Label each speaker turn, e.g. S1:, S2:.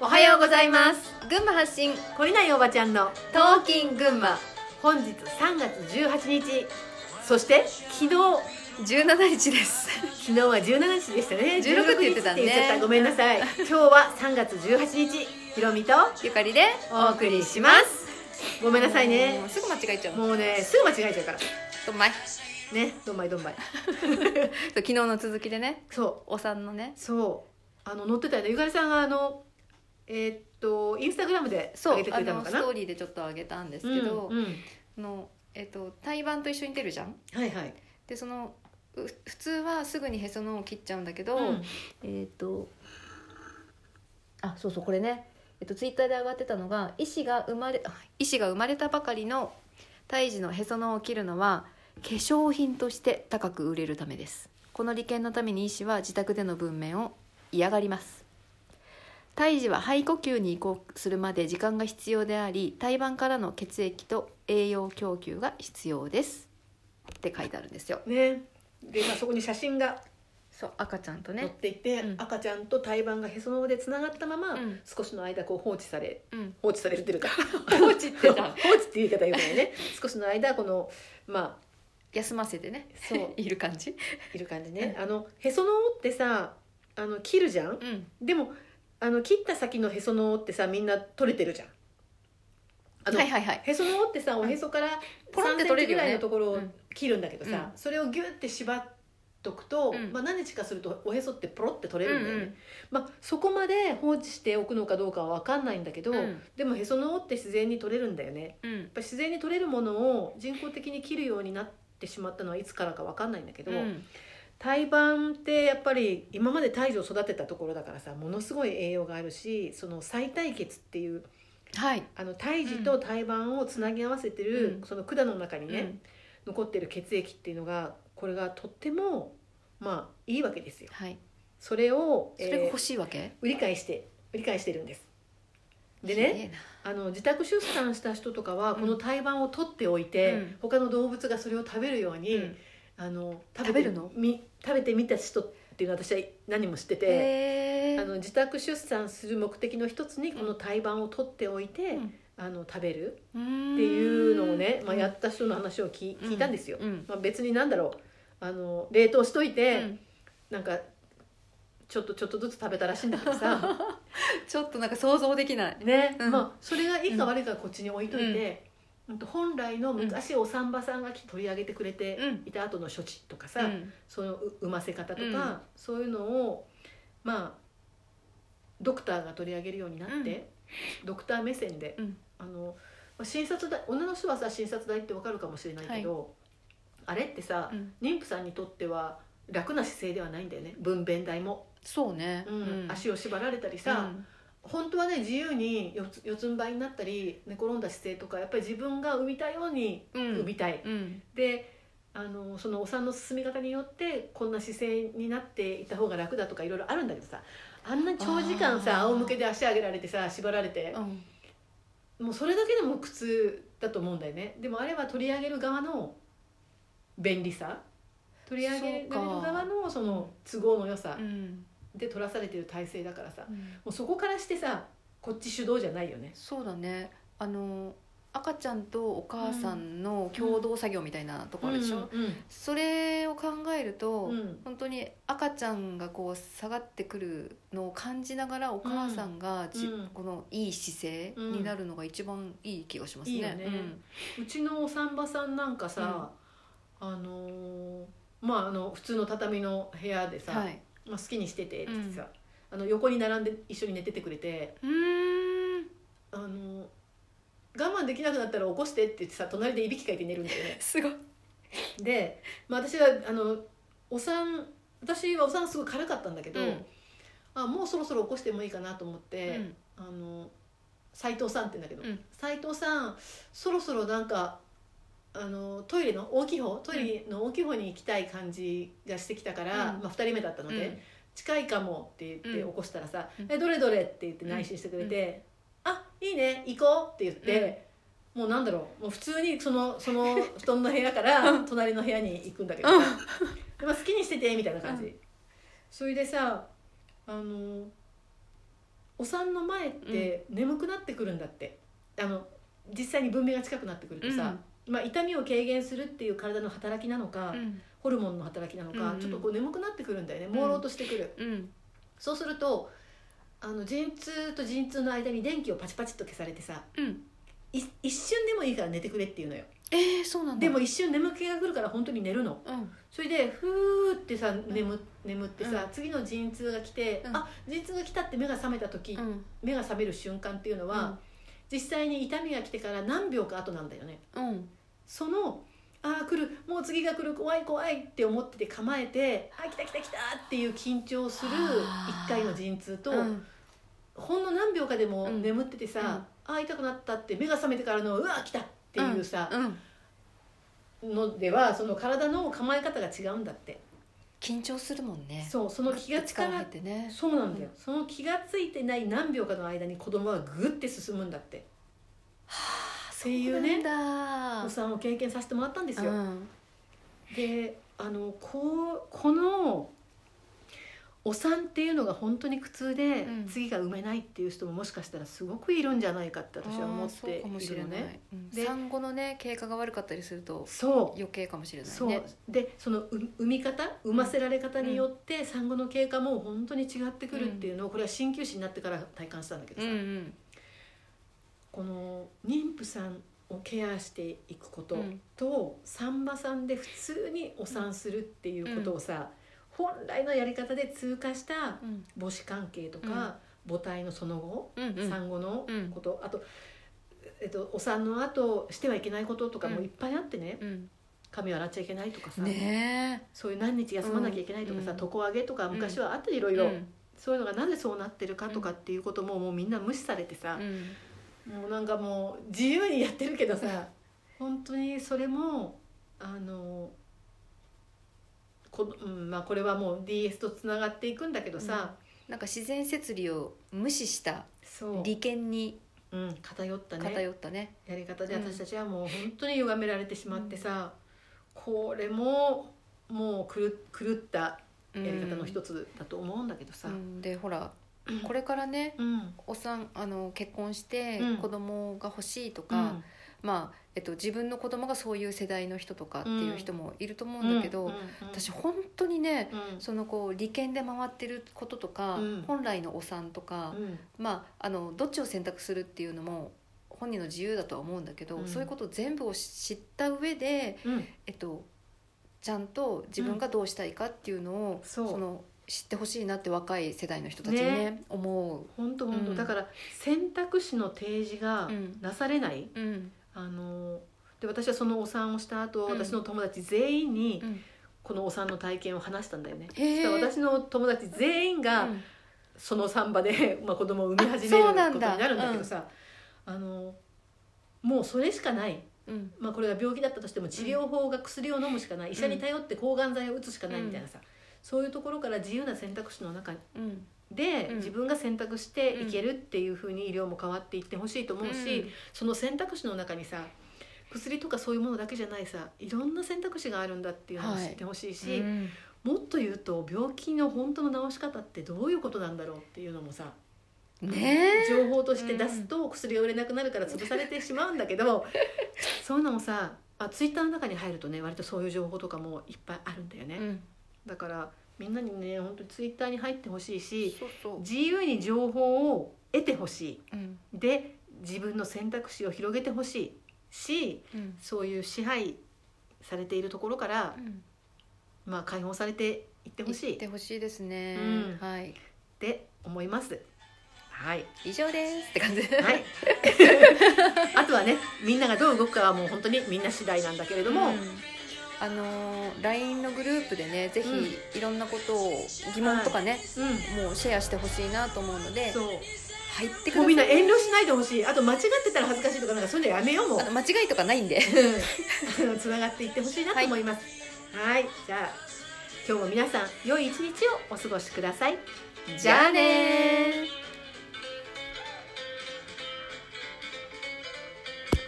S1: おはようございます
S2: 群馬発信
S1: 懲りないおばちゃんの
S2: トーキン群馬
S1: 本日3月18日そして昨日
S2: 17 日です
S1: 昨日は17日でしたね
S2: 16って言ってたね
S1: 16言っちゃったごめんなさい今日は3月18日ひろみと
S2: ゆかりで
S1: お送りしますごめんなさいね
S2: もうすぐ間違えちゃうもう
S1: もうねすぐ間違えちゃうから
S2: と前
S1: ねどんまいどんまい
S2: 昨日の続きでね
S1: そう
S2: お産のね
S1: そうあの載ってたよねゆかりさんがあのえーっとインスタグラムで上
S2: そう
S1: げて
S2: あ
S1: くれたの
S2: の
S1: か
S2: ス
S1: な
S2: トーリーでちょっとあげたんです
S1: う
S2: けど、
S1: んうん
S2: あのえっと胎盤と一緒に出るじゃん
S1: はいはい
S2: でそのう普通はすぐにへその緒を切っちゃうんだけど、
S1: うん
S2: えっ、とあそうそうこれねえっとツイッターで上がってたのが医師が生まれあ医師が生まれたばかりの胎児のへその緒を切るのは化粧品として高く売れるためですこの利権のために医師は自宅での分娩を嫌がります胎児は肺呼吸に移行するまで時間が必要であり胎盤からの血液と栄養供給が必要ですって書いてあるんですよ
S1: ねで、まあ、そこに写真が
S2: そう赤ちゃんと
S1: 載っ
S2: ね、
S1: ていて、
S2: うん
S1: 赤ちゃんと胎盤がへその緒でつながったまま、
S2: うん
S1: 少しの間こう放置され
S2: うん、
S1: 放置されるって いうか
S2: 放置っ
S1: 放
S2: て
S1: 置
S2: た
S1: っていう言い方よくない ね少しの間このまあ
S2: 休ませてね
S1: そう
S2: いる感じ
S1: いる感じねあのへその緒ってさあの切るじゃん
S2: うん
S1: でもあの切った先のへその緒ってさみんな取れてるじゃんあの、
S2: はいはいはい
S1: へその緒ってさおへそから
S2: ポロンっ
S1: 3
S2: て
S1: セン
S2: 取
S1: チぐ
S2: れるよね
S1: らいのところを
S2: うん
S1: 切るんだけどさ、それをギュって縛っとくと、
S2: うん
S1: まあ、何日かするとおへそってポロって取
S2: う
S1: れ
S2: ん
S1: るんだよね、まあ、そこまで放置しておくのかどうかは分かんないんだけど、
S2: うん
S1: でもへその緒って自然に取れるんだよねやっ
S2: うんうん
S1: ぱ自然に取れるものを人工的に切るようになってしまったのはいつからか分かんないんだけど、
S2: うん
S1: 胎盤ってやっぱり今まで胎児を育てたところだからさものすごい栄養があるしその再体血っていう
S2: はい
S1: あの胎児と胎盤をつなぎ合わせてる、
S2: うん
S1: その管の中にね、
S2: うん
S1: 残ってる血液っていうのがこれがとってもまあいいわけですよ。
S2: はい
S1: それを、
S2: それが
S1: えー
S2: 欲しいわけ
S1: 理解して理解してるんですで
S2: ひ
S1: ね
S2: えな
S1: あの自宅出産した人とかは
S2: うん
S1: この胎盤を取っておいて、
S2: うん
S1: 他の動物がそれを食べるように、
S2: うん
S1: あの
S2: 食べるの
S1: み食べてみた人っていうのは私は何も知ってて、
S2: へえ
S1: あの自宅出産する目的の一つにこの胎盤を取っておいて、
S2: うん
S1: あの食べる
S2: っ
S1: っていうのをね、まあ、やった人の話を聞,、聞いたんですよ。
S2: うん
S1: まあ、別になんだろうあの冷凍しといて、
S2: うん
S1: なんかちょっとちょっとずつ食べたらしいんだけどさ。
S2: ちょっとなんか想像できない
S1: ね、
S2: うん
S1: まあそれがいいか悪いかはこっちに置いといて、うんと本来の昔お産婆さんが取り上げてくれて
S2: うん
S1: いた後の処置とかさ、
S2: うん
S1: そのう産ませ方とか、
S2: うん
S1: そういうのをまあドクターが取り上げるようになって、ドクター目線で、
S2: うん
S1: あのまあ診察台女の人はさ診察台ってわかるかもしれないけど、あれってさ、
S2: うん
S1: 妊婦さんにとっては楽な姿勢ではないんだよね分娩台も、
S2: そうね
S1: うん
S2: うん
S1: 足を縛られたりさ、
S2: うん
S1: 本当はね自由に四つ四つん這いになったり寝転んだ姿勢とかやっぱり自分が産みたいように
S2: うん
S1: 産みたい、
S2: うん
S1: であのそのお産の進み方によってこんな姿勢になっていた方が楽だとかいろいろあるんだけどさあんな長時間
S2: あー
S1: さ仰向けで足上げられてさ縛られて
S2: うん
S1: もうそれだけでも苦痛だと思うんだよねでもあれは取り上げる側の便利さ取り上げられる側のその都合の良さ
S2: うん
S1: で取らされてる体制だからさ
S2: うん
S1: もうそこからしてさこっち主導じゃないよね
S2: そうだねあの赤ちゃんとお母さんの共同作業みたいなところあるでしょ、それを考えると、
S1: うんうん
S2: 本当に赤ちゃんがこう下がってくるのを感じながらお母さんがじ、
S1: うん
S2: このいい姿勢になるのが一番いい気がしますね。
S1: いいよねうちのお産婆さんなんかさ、あのーまああの普通の畳の部屋で
S2: う
S1: さ
S2: ん、はい。
S1: まあ、好きにしててって言ってさ、あの横に並んで一緒に寝ててくれて、
S2: うーん。
S1: あのー我慢できなくなったら起こしてって言ってさ隣でいびきかいて寝るんだよ ね
S2: すごい。
S1: で、まあ、私はあのお産私はお産すごい軽かったんだけど、
S2: うん
S1: あもうそろそろ起こしてもいいかなと思って、
S2: うん
S1: あの斉藤さんって言うんだけど、
S2: うん
S1: 斉藤さんそろそろなんかあのトイレの大きい方トイレの大きい方に行きたい感じがしてきたから、
S2: うん
S1: まあ、2人目だったので、
S2: うん
S1: 近いかもって言って
S2: うん
S1: 起こしたらさ「
S2: うん
S1: えどれどれ」って言って内心してくれて「あいいね行こう」って言って、もうなんだろうもう普通にそのその布団の部屋から隣の部屋に行くんだけどさ、
S2: うん
S1: でまあ好きにしててみたいな感じ、
S2: う
S1: それでさあのお産の前って眠くなってくるんだって、あの実際に文明が近くなってくるとさ、まあ、痛みを軽減するっていう体の働きなのか、
S2: うん
S1: ホルモンの働きなのか、
S2: うんうん
S1: ちょっとこう眠くなってくるんだよね朦朧としてくる、
S2: うん
S1: そうするとあの陣痛と陣痛の間に電気をパチパチっと消されてさ
S2: うん
S1: い一瞬でもいいから寝てくれっていうのよ
S2: えー、そうなんだ
S1: でも一瞬眠気が来るから本当に寝るの
S2: うん
S1: それでふーってさ眠,、眠ってさ、
S2: う
S1: 次の陣痛が来て、
S2: うん
S1: あ陣痛が来たって目が覚めた時、
S2: うん
S1: 目が覚める瞬間っていうのは、実際に痛みが来てから何秒か後なんだよね
S2: うん
S1: そのああ来るもう次が来る怖い怖いって思ってて構えてあー来た来た来たっていう緊張する
S2: あー
S1: 1回の陣痛と、
S2: うん
S1: ほんの何秒かでも
S2: うん
S1: 眠っててさ、ああ痛くなったって目が覚めてからのうわー来たっていうさ、
S2: うん
S1: のではその体の構え方が違うんだって
S2: 緊張するもんね
S1: そうその気がつか
S2: 力入
S1: な
S2: ってね
S1: そうなんだよ、その気がついてない何秒かの間に子供はグッて進むんだってっていうね
S2: そうなん
S1: お
S2: だ
S1: 産を経験させてもらったんですよ、
S2: うん
S1: であのこうこのお産っていうのが本当に苦痛で、
S2: うん
S1: 次が産めないっていう人ももしかしたらすごくいるんじゃないかって私は思っ
S2: あー
S1: て
S2: そうかも
S1: い
S2: し
S1: る
S2: れ
S1: の
S2: ない
S1: ね。
S2: うん
S1: で
S2: 産後のね経過が悪かったりすると
S1: そう
S2: 余計かもしれないね
S1: そうでそのう産み方産ませられ方によって産後の経過も本当に違ってくるっていうのをこれは鍼灸師になってから体感したんだけど
S2: う
S1: さ、
S2: んうん
S1: この妊婦さんをケアしていくこと
S2: うん
S1: と、産婆さんで普通にお産するっていうことをさ、本来のやり方で通過した
S2: うん
S1: 母子関係とか、母体のその後、
S2: うんうん
S1: 産後のこと、あと、えっと、お産の後してはいけないこととかもいっぱいあってね、
S2: うん
S1: 髪を洗っちゃいけないとかさ、
S2: ね
S1: そういう何日休まなきゃいけないとかさ、
S2: うん
S1: 床上げとか昔はあったいろ
S2: え
S1: いろ、
S2: うん
S1: そういうのがなぜそうなってるかとかっていうことももうみんな無視されてさ
S2: う、ん
S1: もうなんかもう自由にやってるけどさ本当にそれもあのこ,、うんまあ、これはもう DS とつながっていくんだけどさ、
S2: なんか自然摂理を無視した
S1: そう、
S2: 利権に
S1: うん、偏ったね
S2: 偏ったね
S1: やり方で
S2: うん
S1: 私たちはもう本当に歪められてしまってさ、これももう狂狂った
S2: や
S1: やり方の一つだと思うんだけどさ。
S2: でほらこれからね
S1: うん
S2: お産あの結婚して
S1: うん
S2: 子供が欲しいと
S1: う
S2: か、
S1: ん
S2: まあえっと、自分の子供がそういう世代の人とかっていう人もいると思うんだけど、
S1: うんうんうん
S2: 私本当にね
S1: うん
S2: そのこう利権で回ってることとか、
S1: うん
S2: 本来のお産とか、
S1: うん
S2: まあ、あのどっちを選択するっていうのも本人の自由だとは思うんだけど、
S1: うん
S2: そういうことを全部を知った上で、
S1: うん
S2: えっと、ちゃんと自分がどうしたいかっていうのを、
S1: そう
S2: その知ってほしいなって若い世代の人たちにね思
S1: 本当本当、
S2: うん
S1: だから選択肢の提示が
S2: うん
S1: なされない、
S2: う。うん
S1: あので私はそのお産をした後、
S2: うん
S1: 私の友達全員に
S2: うん
S1: このお産の体験を話したんだよね、そし
S2: へー
S1: たら私の友達全員が
S2: うん
S1: その産場で、 まあ、子供を産み始め
S2: あ
S1: る
S2: そ
S1: こ
S2: う
S1: と
S2: な
S1: に
S2: んだ
S1: なるんだけどさあのもうそれしかない、
S2: うん
S1: まあ、これが病気だったとしても治療法が薬を飲むしかない、医者に頼って抗がん剤を打つしかないみたいなさ、そういうところから自由な選択肢の中に
S2: うん
S1: で、
S2: うん
S1: 自分が選択していけるっていうふうに医療も変わっていってほしいと思うし、
S2: うん
S1: その選択肢の中にさ薬とかそういうものだけじゃないさいろんな選択肢があるんだっていうのを知ってほしいし、
S2: うん
S1: もっと言うと病気の本当の治し方ってどういうことなんだろうっていうのもさ、
S2: ねえ
S1: 情報として出すと薬が売れなくなるから潰されてしまうんだけ ど、そういうのもさあツイッターの中に入るとね割とそういう情報とかもいっぱいあるんだよね。
S2: うん
S1: だからみんなにね本当にツイッターに入ってほしいし、
S2: そうそう
S1: 自由に情報を得てほし
S2: うん
S1: いで自分の選択肢を広げてほしいし
S2: うん
S1: そういう支配されているところから、
S2: うん
S1: まあ、解放されていってほし
S2: 言
S1: い
S2: って
S1: っ
S2: ほしいですね
S1: うん
S2: はい
S1: て思います。はい、
S2: 以上ですって感じ
S1: はい あとはねみんながどう動くかはもう本当にみんな次第なんだけれども、
S2: うんあのー LINE のグループでねぜ
S1: う
S2: ひいろんなことを疑問とかね
S1: うん
S2: もうシェアしてほしいなと思うので
S1: そう
S2: 入って
S1: もう
S2: くださ
S1: み
S2: い
S1: んな遠慮しないでほしいあと間違ってたら恥ずかしいとかなんかそういうのやめ ようもう
S2: あの間違いとかないんで
S1: うんあのつながっていってほしいなと思います。はい、じゃあ今日も皆さん良い一日をお過ごしください。
S2: じゃあねー